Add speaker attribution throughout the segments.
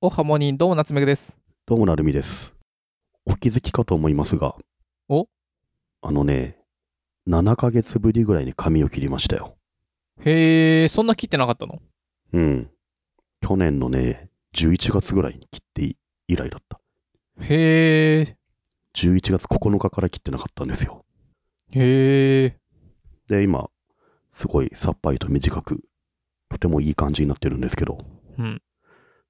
Speaker 1: おはモニンどうも夏目です。
Speaker 2: どうもなるみです。お気づきかと思いますが。
Speaker 1: お
Speaker 2: あのね、7ヶ月ぶりぐらいに髪を切りましたよ。
Speaker 1: へえ、そんな切ってなかったの
Speaker 2: うん。去年のね、11月ぐらいに切ってい以来だった。
Speaker 1: へえ、
Speaker 2: 11月9日から切ってなかったんですよ。
Speaker 1: へえ、
Speaker 2: で、今、すごいさっぱりと短く、とてもいい感じになってるんですけど、
Speaker 1: うん。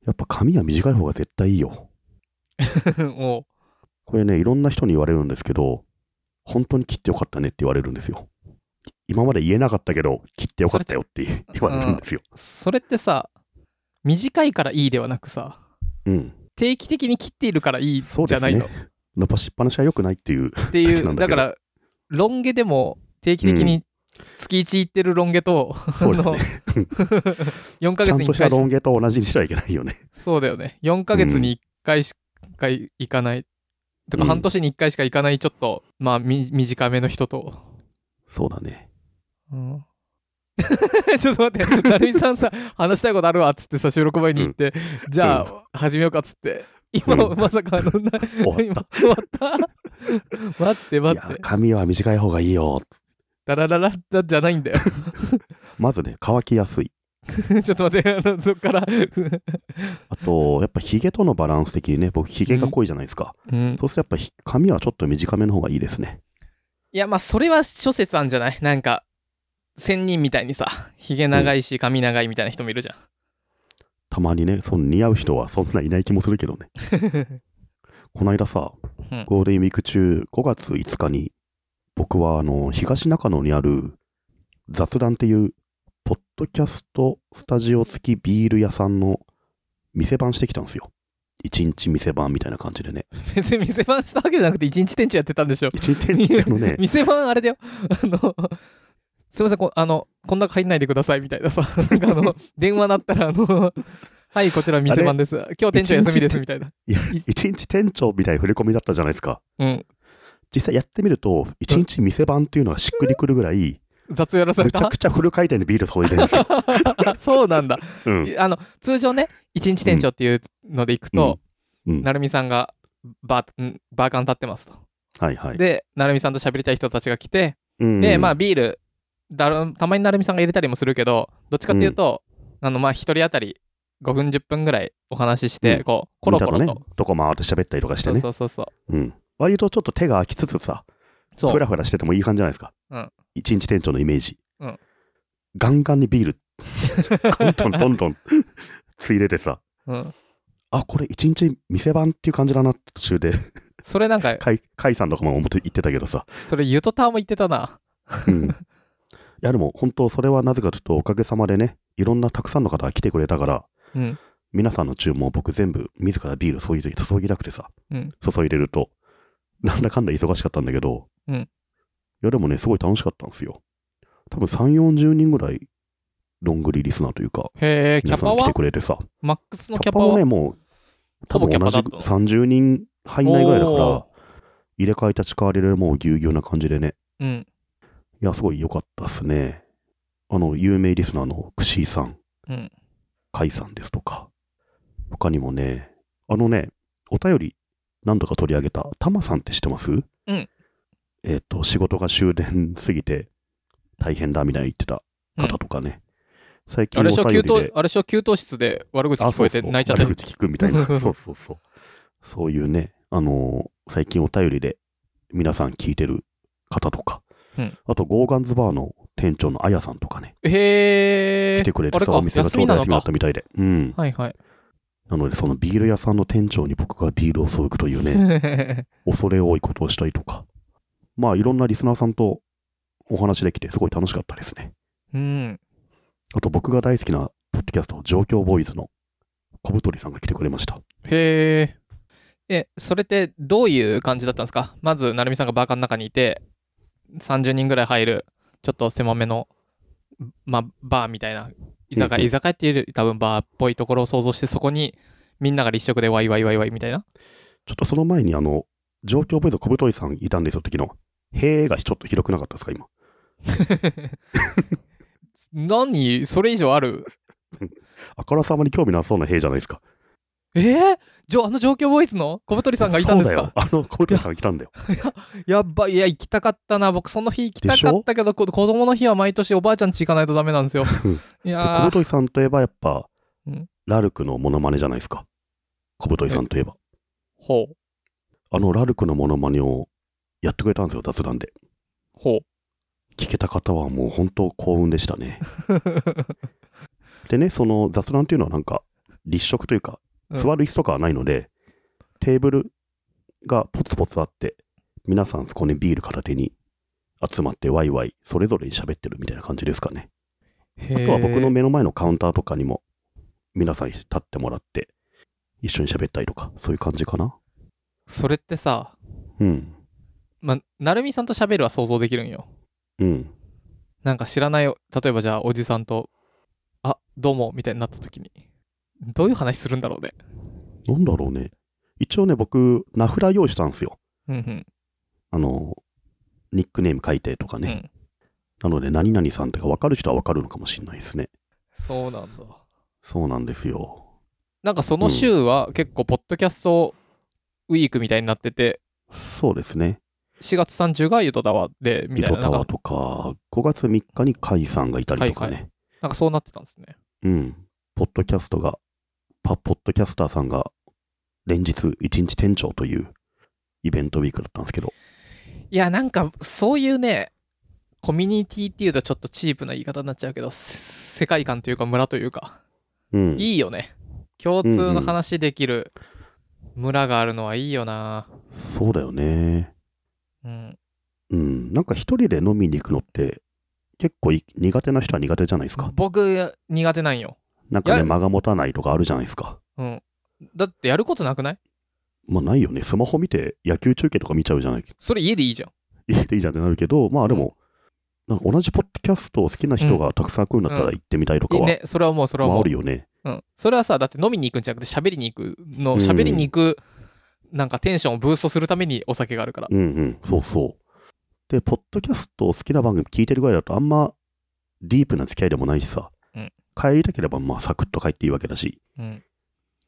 Speaker 2: やっぱ髪は短い方が絶対いいよ。
Speaker 1: おう
Speaker 2: これね、いろんな人に言われるんですけど、本当に切ってよかったねって言われるんですよ。今まで言えなかったけど、切ってよかったよって言言われるんですよ。
Speaker 1: それってさ、短いからいいではなくさ、
Speaker 2: うん。
Speaker 1: 定期的に切っているからいい
Speaker 2: そう
Speaker 1: じ
Speaker 2: で
Speaker 1: ゃ
Speaker 2: す
Speaker 1: ないの、
Speaker 2: ね。伸ばしっぱなしは良くないっ ていう。
Speaker 1: って い
Speaker 2: な
Speaker 1: う、
Speaker 2: ん
Speaker 1: だ
Speaker 2: だけ
Speaker 1: か
Speaker 2: ど
Speaker 1: ら、ロン毛でも定期的に月1行ってるロン毛と、
Speaker 2: そうですね。
Speaker 1: 4ヶ月
Speaker 2: ちゃん
Speaker 1: に
Speaker 2: と
Speaker 1: 1
Speaker 2: した
Speaker 1: 回し
Speaker 2: ロン毛と同じにしちゃいけないよね。
Speaker 1: そうだよね。4ヶ月に1回しか行かない。とか、
Speaker 2: うん
Speaker 1: 半年に1回しか行かない、ちょっと、まあ、み短めの人と。
Speaker 2: そうだね。
Speaker 1: うん、 ちょっと待って、成美さんさ、話したいことあるわっつってさ、収録前に行って、じゃあ、始めようかっつって、今、
Speaker 2: うん
Speaker 1: まさかあ の、な
Speaker 2: 終わっ
Speaker 1: 今、終わった 待って
Speaker 2: い
Speaker 1: 待っ
Speaker 2: や
Speaker 1: て、、
Speaker 2: 髪は短い方がいいよ。
Speaker 1: ダラララだじゃないんだよ。
Speaker 2: まずね、乾きやすい。
Speaker 1: ちょっと待って、あのそっから。
Speaker 2: あと、やっぱヒゲとのバランス的にね、僕ヒゲが濃いじゃないですか。
Speaker 1: うん、
Speaker 2: そうするとやっぱひ髪はちょっと短めの方がいいですね。
Speaker 1: いや、まあ、それは諸説あんじゃないなんか、仙人みたいにさ、ひげ長いし、髪長いみたいな人もいるじゃん。
Speaker 2: たまにね、その似合う人はそんないない気もするけどね。この間さ、
Speaker 1: うん
Speaker 2: ゴールデンウィーク中5月5日に僕はあの東中野にある雑談っていうポッドキャストスタジオ付きビール屋さんの店番してきたんですよ。一日店番みたいな感じでね。
Speaker 1: 別に店番したわけじゃなくて、一日店長やってたんでしょ。
Speaker 2: 一 日店長のね、
Speaker 1: 店番あれだよ。 あの、すいません、こあの、こんな入んないでくださいみたいなさ、 なんかあの、電話鳴ったら、あの、 はい、こちら店番です。今日店長休みですみたいな。
Speaker 2: いや一日店長みたいな振り込みだったじゃないですか。
Speaker 1: うん。
Speaker 2: 実際やってみると、一日店番っていうのがしっくりくるぐら い、
Speaker 1: 雑用やらされ
Speaker 2: むちゃ
Speaker 1: た
Speaker 2: くちゃフル回転でビール注いでるんです よ。
Speaker 1: そうなんだ。
Speaker 2: うん
Speaker 1: あの、通常ね、一日店長っていうので行くと、
Speaker 2: うんうん
Speaker 1: なるみさんがバー、んバーカン立ってますと。
Speaker 2: はいはい。
Speaker 1: で、なるみさんと喋りたい人たちが来て、
Speaker 2: うん
Speaker 1: で、まあ、ビールだろ、たまになるみさんが入れたりもするけど、どっちかっていうと、あの、まあ、一人当たり5分、10分ぐらいお話しして、
Speaker 2: うん
Speaker 1: こう、コロコロと。
Speaker 2: みんなね、どこ回って喋ったりとかしてね。
Speaker 1: そうそうそう
Speaker 2: うん、割とちょっと手が空きつつさ、
Speaker 1: そう。
Speaker 2: ふらふらしててもいい感じじゃないですか。
Speaker 1: うん
Speaker 2: 一日店長のイメージ。
Speaker 1: うん
Speaker 2: ガンガンにビール、どんどんどんどん、ついれてさ、
Speaker 1: うん、
Speaker 2: あ、これ一日店番っていう感じだなって途中で、
Speaker 1: それなんか、
Speaker 2: かい甲斐さんとかも思って言ってたけどさ。
Speaker 1: それ、ゆとたわも言ってたな。
Speaker 2: うん、いや、でも本当、それはなぜかちょっとおかげさまでね、いろんなたくさんの方が来てくれたから、
Speaker 1: うん。
Speaker 2: 皆さんの注文を僕全部自らビール注いで注ぎたくてさ、
Speaker 1: うん
Speaker 2: 注いでるとなんだかんだ忙しかったんだけど、
Speaker 1: うん
Speaker 2: いやでもねすごい楽しかったんですよ多分3 4 0人ぐらいロングリリスナーというか
Speaker 1: へえ、キ
Speaker 2: 皆
Speaker 1: ャ
Speaker 2: さ
Speaker 1: パ
Speaker 2: ん来
Speaker 1: は
Speaker 2: てくれてさ
Speaker 1: マックスのキャパ
Speaker 2: も
Speaker 1: は
Speaker 2: ねもう多分
Speaker 1: ほぼ
Speaker 2: 同
Speaker 1: キ
Speaker 2: じ
Speaker 1: ャパだった
Speaker 2: 30人入んないぐらいだか
Speaker 1: おー
Speaker 2: ら入れ替え立ち替わりでもうぎゅうぎゅうな感じでね
Speaker 1: うん。
Speaker 2: いやすごい良かったっすねあの有名リスナーのクシーさん
Speaker 1: うん。
Speaker 2: 解散ですとか、他にもね、あのね、お便り何度か取り上げた、タマさんって知ってますうん。えっ、と、仕事が終電すぎて大変だみたいな言ってた方とかね。最近
Speaker 1: あ
Speaker 2: お
Speaker 1: れでしょ、給
Speaker 2: 便り
Speaker 1: 湯
Speaker 2: で、、
Speaker 1: あれでしょ、給湯室で悪口
Speaker 2: あ
Speaker 1: 聞こえて泣いちゃった
Speaker 2: そうそう悪口聞くみた いな。そうそうそう。そういうね、あのー最近お便りで皆さん聞いてる方とか、
Speaker 1: うん
Speaker 2: あと、ゴーガンズバーの店長のあやさんとかね、
Speaker 1: へえ。
Speaker 2: 来てくれて
Speaker 1: あれ
Speaker 2: さ、
Speaker 1: か
Speaker 2: お、店が
Speaker 1: 休
Speaker 2: ちょ
Speaker 1: み
Speaker 2: うど
Speaker 1: なの
Speaker 2: 休みだ
Speaker 1: か
Speaker 2: った。みたいで。うん。
Speaker 1: はいはい。
Speaker 2: なので、そのビール屋さんの店長に僕がビールを注ぐというね、
Speaker 1: へ
Speaker 2: 恐れ多いことをしたりとか、まあ、いろんなリスナーさんとお話できて、すごい楽しかったですね。
Speaker 1: うん。
Speaker 2: あと、僕が大好きなポッドキャスト、状況ボーイズの小太りさんが来てくれました。
Speaker 1: へえ。え、それってどういう感じだったんですかまず、成美さんがバーカーの中にいて、30人ぐらい入る、ちょっと狭めの、まあ、バーみたいな、居酒屋、
Speaker 2: うんうん
Speaker 1: 居酒屋っていうより多分バーっぽいところを想像して、そこにみんなが立食でワイワイワイワイみたいな。
Speaker 2: ちょっとその前に、あの、状況ボーイズ小太りさんいたんですよ、時の。へーがちょっと広くなかったですか、今。
Speaker 1: 何それ以上ある
Speaker 2: あからさまに興味なさそうなへーじゃないですか。
Speaker 1: えー、じょあの状況ボイスの小太りさんがいたんです
Speaker 2: そう
Speaker 1: か
Speaker 2: だよ。あの、小鳥さんが来たんだよ。
Speaker 1: やっばいや行きたかったな僕その日行きた
Speaker 2: でし
Speaker 1: か
Speaker 2: ょ
Speaker 1: ったけどこ子供の日は毎年おばあちゃん家行かないとダメなんですよい
Speaker 2: で
Speaker 1: や
Speaker 2: 小
Speaker 1: ー
Speaker 2: 太りさんといえば、やっぱ
Speaker 1: うん、
Speaker 2: ラルクのモノマネじゃないですか。小太りさんといえば。
Speaker 1: ほう
Speaker 2: あの、ラルクのモノマネをやってくれたんですよ、雑談で。
Speaker 1: ほ
Speaker 2: 聞けた方はもう本当幸運でしたね。
Speaker 1: う
Speaker 2: でね、その雑談っていうのはなんか、立食というか、
Speaker 1: うん
Speaker 2: 座る椅子とかはないので、テーブルがポツポツあって、皆さんそこにビール片手に集まってワイワイ、それぞれに喋ってるみたいな感じですかね。
Speaker 1: あ
Speaker 2: あとは僕の目の前のカウンターとかにも、皆さんに立ってもらって、一緒に喋ったりとか、そういう感じかな。
Speaker 1: それってさ
Speaker 2: うん。
Speaker 1: まあなるみさんと喋るは想像できるんよ
Speaker 2: うん。
Speaker 1: なんか知らない例えばじゃあおじさんと「あどうも」みたいになった時にどういう話するんだろうね
Speaker 2: なんだろうね。一応ね、僕、名札用意したんですよ。
Speaker 1: うんうん
Speaker 2: あの、ニックネーム書いてとか
Speaker 1: う
Speaker 2: ね。
Speaker 1: ん
Speaker 2: なので、何々さんとか分かる人は分かるのかもしれないですね。
Speaker 1: そうなんだ
Speaker 2: そうなんですよ。
Speaker 1: なんかその週は結構ポッドキャストウィークみたいになってて
Speaker 2: そうですね。
Speaker 1: 4月30がゆとだわでみ
Speaker 2: 糸
Speaker 1: たいなな
Speaker 2: タ
Speaker 1: ん
Speaker 2: ワ
Speaker 1: か
Speaker 2: ーとか、5月3日に甲斐さんがいたりとかね。
Speaker 1: はいなんかそうなってたんですね
Speaker 2: うん。ポッドキャストが、パポッドキャスターさんが、連日一日店長というイベントウィークだったんですけど、
Speaker 1: いやなんかそういうねコミュニティっていうとちょっとチープな言い方になっちゃうけどせ世界観というか村というか
Speaker 2: うん。
Speaker 1: いいよね共通の話できる村があるのはいいよな
Speaker 2: そうだよね。
Speaker 1: うん
Speaker 2: うん。なんか一人で飲みに行くのって、結構い苦手な人は苦手じゃないですか。
Speaker 1: 僕苦手なんよ
Speaker 2: なんか
Speaker 1: い
Speaker 2: ね、
Speaker 1: や
Speaker 2: 間が持たないとかあるじゃないですか。
Speaker 1: うんだってやることなくない
Speaker 2: まあないよね。スマホ見て野球中継とか見ちゃうじゃない
Speaker 1: それ家でいいじゃん
Speaker 2: 家でいいじゃんってなるけど、まあでも、なんか同じポッドキャストを好きな人がたくさん来るんだった
Speaker 1: うん
Speaker 2: ら行ってみたいとか
Speaker 1: いい
Speaker 2: は、
Speaker 1: ねそれはもうそれは
Speaker 2: ま
Speaker 1: も
Speaker 2: あ、
Speaker 1: う
Speaker 2: あるよね。
Speaker 1: うん、それはさだって飲みに行くんじゃなくて喋りに行くの
Speaker 2: うん
Speaker 1: 喋りに行くなんかテンションをブーストするためにお酒があるから、
Speaker 2: うんうん、そうそう。で、ポッドキャストを好きな番組聞いてるぐらいだと、あんまディープな付き合いでもないしさ、
Speaker 1: うん
Speaker 2: 帰りたければ、まあ、サクッと帰っていいわけだし、
Speaker 1: うん、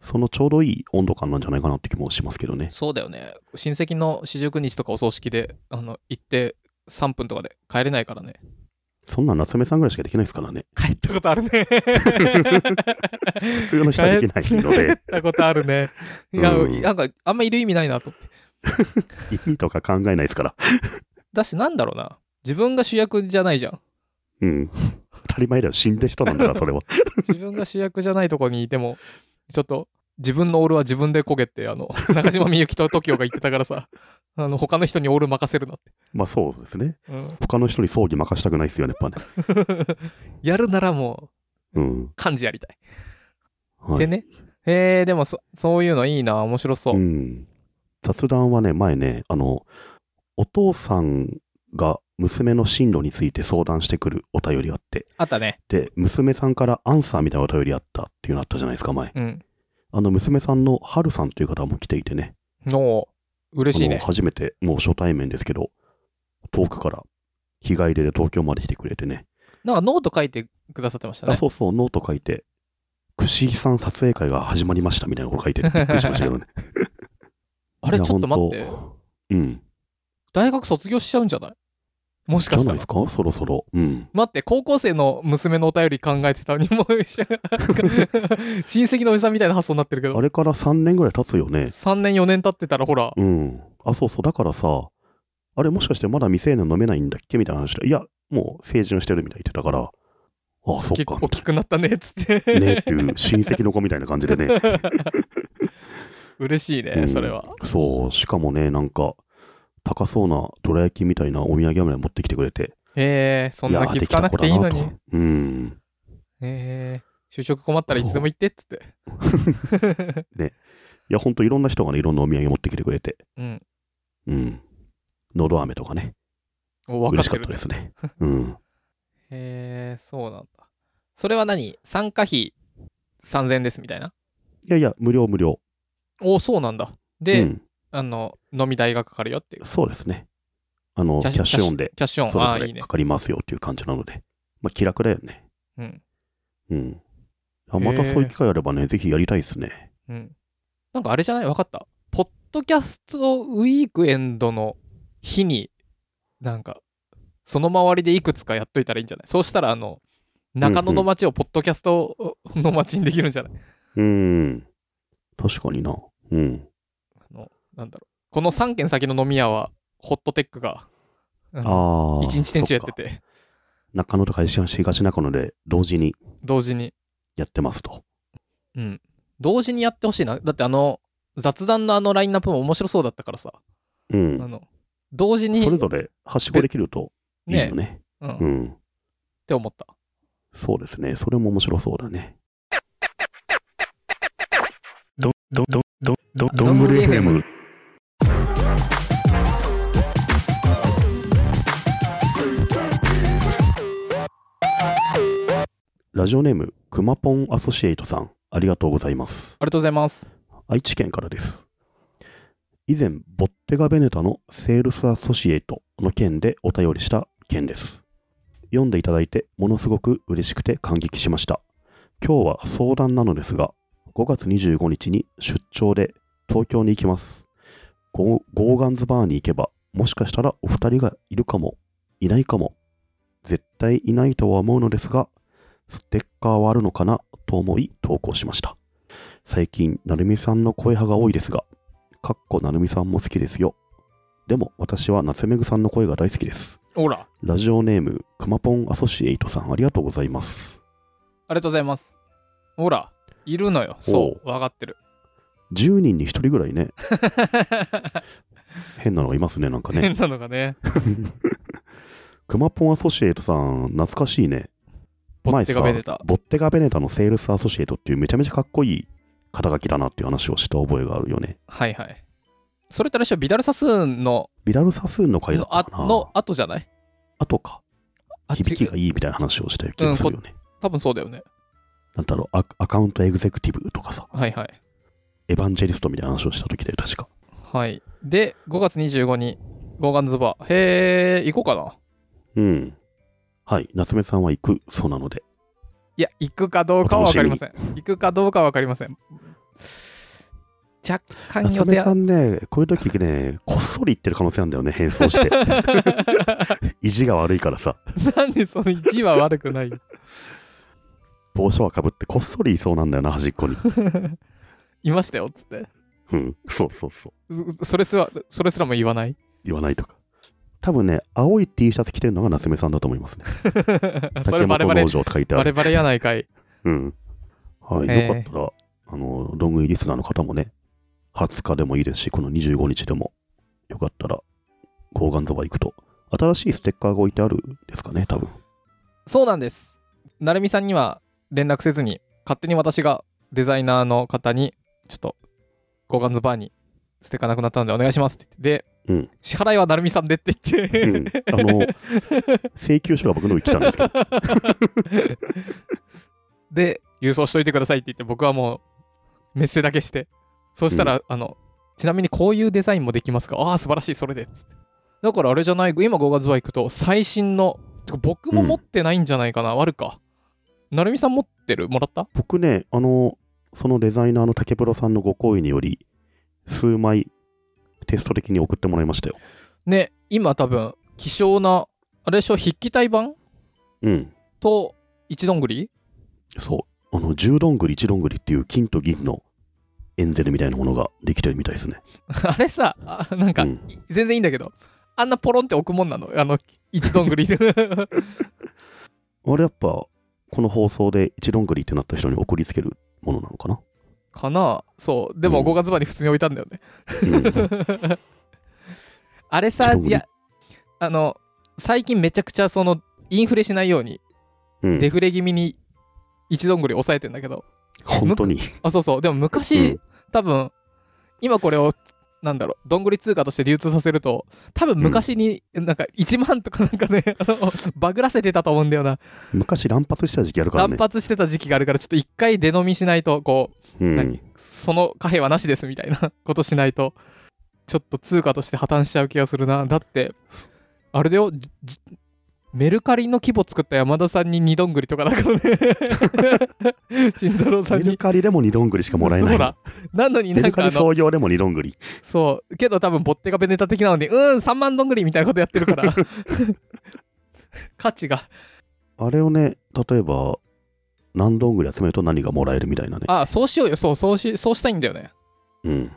Speaker 2: そのちょうどいい温度感なんじゃないかなって気もしますけどね。
Speaker 1: そうだよね親戚の四十九日とかお葬式であの行って3分とかで帰れないからね
Speaker 2: そんな夏目さんぐらいしかできないですからね。
Speaker 1: 帰ったことある ね
Speaker 2: 普通の人はできないの
Speaker 1: 帰っ
Speaker 2: で、
Speaker 1: たことあるねいや、
Speaker 2: うん
Speaker 1: なんかあんまいる意味ないなと思って
Speaker 2: 意味とか考えないですから。
Speaker 1: だしなんだろうな自分が主役じゃないじゃん
Speaker 2: うん。当たり前だよ。死んだ人なんだから、それは。
Speaker 1: 自分が主役じゃないとこにいてもちょっと自分のオールは自分で焦げてあ の中島みゆきと TOKIO が言ってたからさあの他の人にオール任せるなって、
Speaker 2: まあ、そうですね。
Speaker 1: うん、
Speaker 2: 他の人に葬儀任したくないですよね、やっぱね。
Speaker 1: やるならも
Speaker 2: うん
Speaker 1: う。漢字やりたい、
Speaker 2: はい
Speaker 1: でねえー、でもそそういうのいいな面白そう、
Speaker 2: うん、雑談はね、前ね、あの、お父さんが娘の進路について相談してくるお便りがあって、
Speaker 1: あったね
Speaker 2: で、娘さんからアンサーみたいなお便りあったっていうのあったじゃないですか、前。
Speaker 1: うん
Speaker 2: あの、娘さんのハルさんという方も来ていてね、
Speaker 1: の嬉しい
Speaker 2: あ
Speaker 1: ね
Speaker 2: の初めて、もう初対面ですけど、遠くから、日帰りで東京まで来てくれてね、
Speaker 1: なんかノート書いてくださってましたね
Speaker 2: あそうそう、ノート書いて、串井さん撮影会が始まりましたみたいなこと書いて、びっくりしましたけどね。
Speaker 1: あれ
Speaker 2: いや
Speaker 1: ちょっと待っ。て
Speaker 2: 本当うん。
Speaker 1: 大学卒業しちゃうんじゃないもし
Speaker 2: じ
Speaker 1: か
Speaker 2: ゃ
Speaker 1: した
Speaker 2: ないで
Speaker 1: ら
Speaker 2: すか、そろそろ。うん。
Speaker 1: 待って高校生の娘のお便り考えてたのにもう 親戚のおじさんみたいな発想になってるけど
Speaker 2: あれから3年ぐらい経つよね。
Speaker 1: 3年4年経ってたらほら、
Speaker 2: うん。あ、そうそう。だからさ、あれもしかしてまだ未成年飲めないんだっけみたいな話で、いや、もう成人してるみたいに言ってたから、あそっ
Speaker 1: 結
Speaker 2: か
Speaker 1: 構。大きくなったねっつって
Speaker 2: ねっていう親戚の子みたいな感じでね。
Speaker 1: 嬉しいね、
Speaker 2: うん
Speaker 1: それは
Speaker 2: そう。しかもね、なんか、高そうなどら焼きみたいなお土産まで持ってきてくれて。
Speaker 1: へえそん
Speaker 2: い
Speaker 1: な
Speaker 2: や
Speaker 1: 気づかなくていいの。
Speaker 2: でき
Speaker 1: に
Speaker 2: た子だなとうん。
Speaker 1: へえ就職困ったらいつでも行ってっつって
Speaker 2: いや、ほんといろんな人がね、いろんなお土産持ってきてくれて。
Speaker 1: うん
Speaker 2: うん。のど飴とかね。
Speaker 1: お分
Speaker 2: 嬉
Speaker 1: かっ
Speaker 2: しか
Speaker 1: てる
Speaker 2: った
Speaker 1: ね
Speaker 2: ですね。うん。
Speaker 1: へえそうなんだそれは何参加費3000円ですみたいない
Speaker 2: やいや、無料無料。
Speaker 1: おおそうなんだで、
Speaker 2: うん、
Speaker 1: あの飲み代がかかるよっていう
Speaker 2: そうですね。あの、
Speaker 1: キ
Speaker 2: キ
Speaker 1: ャッ
Speaker 2: ャッシュオンで
Speaker 1: キャッシュオン
Speaker 2: そ
Speaker 1: ああ
Speaker 2: れ
Speaker 1: ーいい
Speaker 2: ぞ
Speaker 1: ね
Speaker 2: れかかりますよっていう感じなので、まあ、気楽だよね。
Speaker 1: うん
Speaker 2: うん。あまたそういう機会あればね、ぜひやりたいですね。
Speaker 1: うんなんかあれじゃないわかった。ポッドキャストウィークエンドの日に、なんか、その周りでいくつかやっといたらいいんじゃないそうしたら、あの、中野の街をポッドキャストの街にできるんじゃない、
Speaker 2: うん。確かにな。うん。
Speaker 1: あの、なんだろう。この3軒先の飲み屋は、ホットテックが
Speaker 2: ああ。
Speaker 1: 1日店長やって
Speaker 2: そか。
Speaker 1: て、
Speaker 2: 中野とか東中野で同時に
Speaker 1: 同時に。
Speaker 2: やってますと。
Speaker 1: うん。同時にやってほしいな。だってあの、雑談のあのラインナップも面白そうだったからさ。あ
Speaker 2: うん。
Speaker 1: の、同時に、
Speaker 2: それぞれ、はしごできるといい
Speaker 1: ね
Speaker 2: よね。
Speaker 1: うん、
Speaker 2: う
Speaker 1: っ
Speaker 2: ん。
Speaker 1: て思った。
Speaker 2: そうですね。それも面白そうだね。ど、ど、ど、ど、ど、
Speaker 1: どんぐり FM。
Speaker 2: ラジオネーム、くまぽんアソシエイトさん、ありがとうございます。
Speaker 1: ありがとうございます。
Speaker 2: 愛知県からです。以前、ボッテガベネタのセールスアソシエイトの件でお便りした件です。読んでいただいて、ものすごく嬉しくて感激しました。今日は相談なのですが、5月25日に出張で東京に行きます。ゴーゴーガンズバーに行けば、もしかしたらお二人がいるかも、いないかも、絶対いないとは思うのですが、ステッカーはあるのかなと思い投稿しました。最近、なるみさんの声派が多いですが、かっこなるみさんも好きですよ。でも私は夏目ぐさんの声が大好きです。
Speaker 1: ほら、あ
Speaker 2: ラジオネーム、くまぽんアソシエイトさん、ありがとうございます。
Speaker 1: りがとうございます。ほら、いるのよ。そう、わかってる。
Speaker 2: 10人に1人ぐらい ね、変なのがいますね、なんかね。
Speaker 1: 変なのがね、
Speaker 2: くまぽんアソシエイトさん、懐かしいね。
Speaker 1: ボッテ
Speaker 2: さ
Speaker 1: がめでた。
Speaker 2: ボッテガベネタのセールスアソシエイトっていうめちゃめちゃかっこいい肩書きだなっていう話をした覚えがあるよね。
Speaker 1: はいはい。それってあれでしょ、ビダルサスーンの
Speaker 2: ビラルサスーンの回だ
Speaker 1: の
Speaker 2: った
Speaker 1: あ
Speaker 2: かな
Speaker 1: の後じゃない
Speaker 2: 後か。
Speaker 1: あ
Speaker 2: 響き
Speaker 1: 違う
Speaker 2: がいいみたいな話をした気がするよね。
Speaker 1: 多分そうだよね。
Speaker 2: なんだろうア、アカウントエグゼクティブとかさ、
Speaker 1: はいはい。
Speaker 2: エヴァンジェリストみたいな話をした時だよ、確か。
Speaker 1: はい。で、5月25に、ゴーガンズバー。へえ、行こうかな。
Speaker 2: うん。はい、夏目さんは行くそうなので、
Speaker 1: いや、行くかどうかは分かりません。行くかどうかは分かりません。若干予
Speaker 2: 夏目
Speaker 1: 定
Speaker 2: さ
Speaker 1: あ
Speaker 2: んね、こういう時ね、こっそり行ってる可能性あるんだよね、変装 して。意地が悪いからさ、
Speaker 1: なんでその1は悪く ないよ
Speaker 2: 帽子はかぶってこっそりいそうなんだよな、端っ こに。
Speaker 1: いましたよっつって。
Speaker 2: うん、そうそうそう。
Speaker 1: うそれすら、それすらも言わない。
Speaker 2: 言わないとか。多分ね、青い T シャツ着てるのが夏目さんだと思いますね。
Speaker 1: それバレバ
Speaker 2: 竹本
Speaker 1: レ
Speaker 2: 農、場と書いてあ
Speaker 1: バ
Speaker 2: る。
Speaker 1: レバレやないかい。
Speaker 2: うん。はい、
Speaker 1: えー
Speaker 2: よかったら、あの、ロングイリスナーの方もね、20日でもいいですし、この25日でも、よかったら、抗がんそば行くと、新しいステッカーが置いてあるんですかね、多分。
Speaker 1: そうなんです。なるみさんには連絡せずに、勝手に私がデザイナーの方に、ちょっと、ゴーガンズバーにステッカーなくなったのでお願いしますって言って、で、
Speaker 2: うん
Speaker 1: 支払いはなるみさんでって言って、
Speaker 2: うん。あの、請求書が僕のに来たんですけ ど、
Speaker 1: で、郵送しといてくださいって言って、僕はもう、メッセだけして、そうしたら、あの、ちなみにこういうデザインもできますかああ、素晴らしい、それでっつって。だからあれじゃない、今5月バイクと最新の、てか僕も持ってないんじゃないかな、あるか。なるみさん持ってるもらった
Speaker 2: 僕ね、あの、そのデザイナーの竹プロさんのご好意により、数枚、テスト的に送ってもらいましたよ。
Speaker 1: ね、今多分、希少な、あれでしょ、筆記体版
Speaker 2: うん。
Speaker 1: と、一どんぐり
Speaker 2: そう。あの、10どんぐり1どんぐりっていう金と銀のエンゼルみたいなものができてるみたいですね。
Speaker 1: あれさ、あなんか、
Speaker 2: うん
Speaker 1: 全然いいんだけど、あんなポロンって置くもんなのあの、一どんぐり。
Speaker 2: あれやっぱ、この放送で一どんぐりってなった人に送りつけるものなのかな。
Speaker 1: かなそうでも
Speaker 2: うん
Speaker 1: 5月場に普通に置いたんだよね、
Speaker 2: うん、
Speaker 1: あれさ
Speaker 2: 一度も
Speaker 1: いやあの最近めちゃくちゃそのインフレしないように
Speaker 2: うん
Speaker 1: デフレ気味に一どんぐり抑えてんだけど
Speaker 2: 本当に。
Speaker 1: あそうそうでも昔、
Speaker 2: うん
Speaker 1: 多分今これをなんだろうどんぐり通貨として流通させると多分昔になんか1万とかなんかね、 あのバグらせてたと思うんだよな、
Speaker 2: 昔乱発した時期あるから
Speaker 1: 乱
Speaker 2: ね。
Speaker 1: 発してた時期があるからちょっと一回出飲みしないとこう
Speaker 2: うん
Speaker 1: 何その貨幣はなしですみたいな ことしないと、ちょっと通貨として破綻しちゃう気がするな。だって、あれだよ、じじメルカリの規模作った山田さんに二どんぐりとかだ からね。慎太郎さ
Speaker 2: メ
Speaker 1: ん
Speaker 2: ル
Speaker 1: に。
Speaker 2: カリでも2どんぐりしかもらえな
Speaker 1: そ。
Speaker 2: いう
Speaker 1: だ。なのに
Speaker 2: メ
Speaker 1: なん
Speaker 2: ルカ
Speaker 1: かあ
Speaker 2: リ
Speaker 1: の、
Speaker 2: 創業でも2どんぐり。
Speaker 1: そう。けど多分、ボッテガベネタ的なのに、うーん、3万どんぐりみたいなことやってる から。価値が。
Speaker 2: あれをね、例えば、何どんぐり集めると何がもらえるみたいなね。
Speaker 1: ああ、そうしようよ。そう、そうし、そうしたいんだよね。
Speaker 2: うん。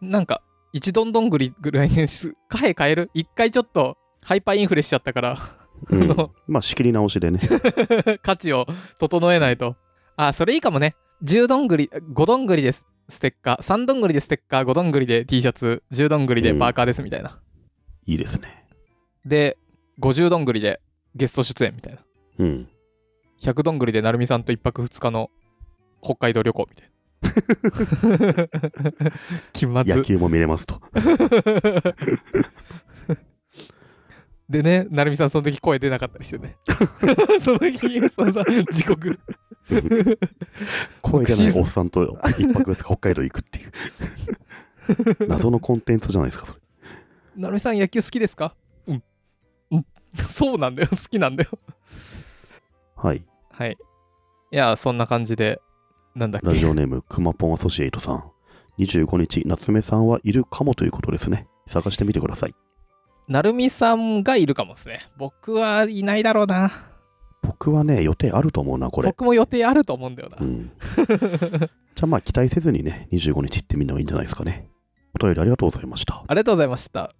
Speaker 1: なんか、一どんどんぐりぐらいにし、貨幣買える一回ちょっと、ハイパーインフレしちゃったから、
Speaker 2: う
Speaker 1: あ
Speaker 2: ん
Speaker 1: の、
Speaker 2: まあ、仕切り直しでね。
Speaker 1: 価値を整えないと。あ、それいいかもね。10どんぐり、5どんぐりです。ステッカー。3どんぐりでステッカー、5どんぐりで T シャツ、10どんぐりでバーカーですみたいな。
Speaker 2: いいですね。
Speaker 1: で、50どんぐりでゲスト出演みたいな。
Speaker 2: うん。
Speaker 1: 100どんぐりで成美さんと1泊2日の北海道旅行みたいな。 気まず
Speaker 2: 野球も見れますと。
Speaker 1: でね、成美さん、その時声出なかったりして ね。その時、そのさ、時刻。
Speaker 2: 声じゃ
Speaker 1: シー
Speaker 2: な
Speaker 1: ズ
Speaker 2: い
Speaker 1: ン
Speaker 2: おっさんと一泊です北海道行くって いう。謎のコンテンツじゃないですか、それ。
Speaker 1: 成美さん、野球好きですかうん。うん。 そうなんだよ。好きなんだよ。
Speaker 2: はい。
Speaker 1: はい。いや、そんな感じで、なんだっ
Speaker 2: ラジ
Speaker 1: け。
Speaker 2: オネーム、くまぽんアソシエイトさん。25日、夏目さんはいるかもということですね。探してみてください。
Speaker 1: 成美さんがいるかもですね。僕はいないだろうな。
Speaker 2: 僕はね、予定あると思うな、これ。
Speaker 1: 僕も予定あると思うんだよな
Speaker 2: う。ん。じゃあまあ、期待せずにね、25日行ってみんなもいいんじゃないですかね。お便りありがとうございました。
Speaker 1: ありがとうございました。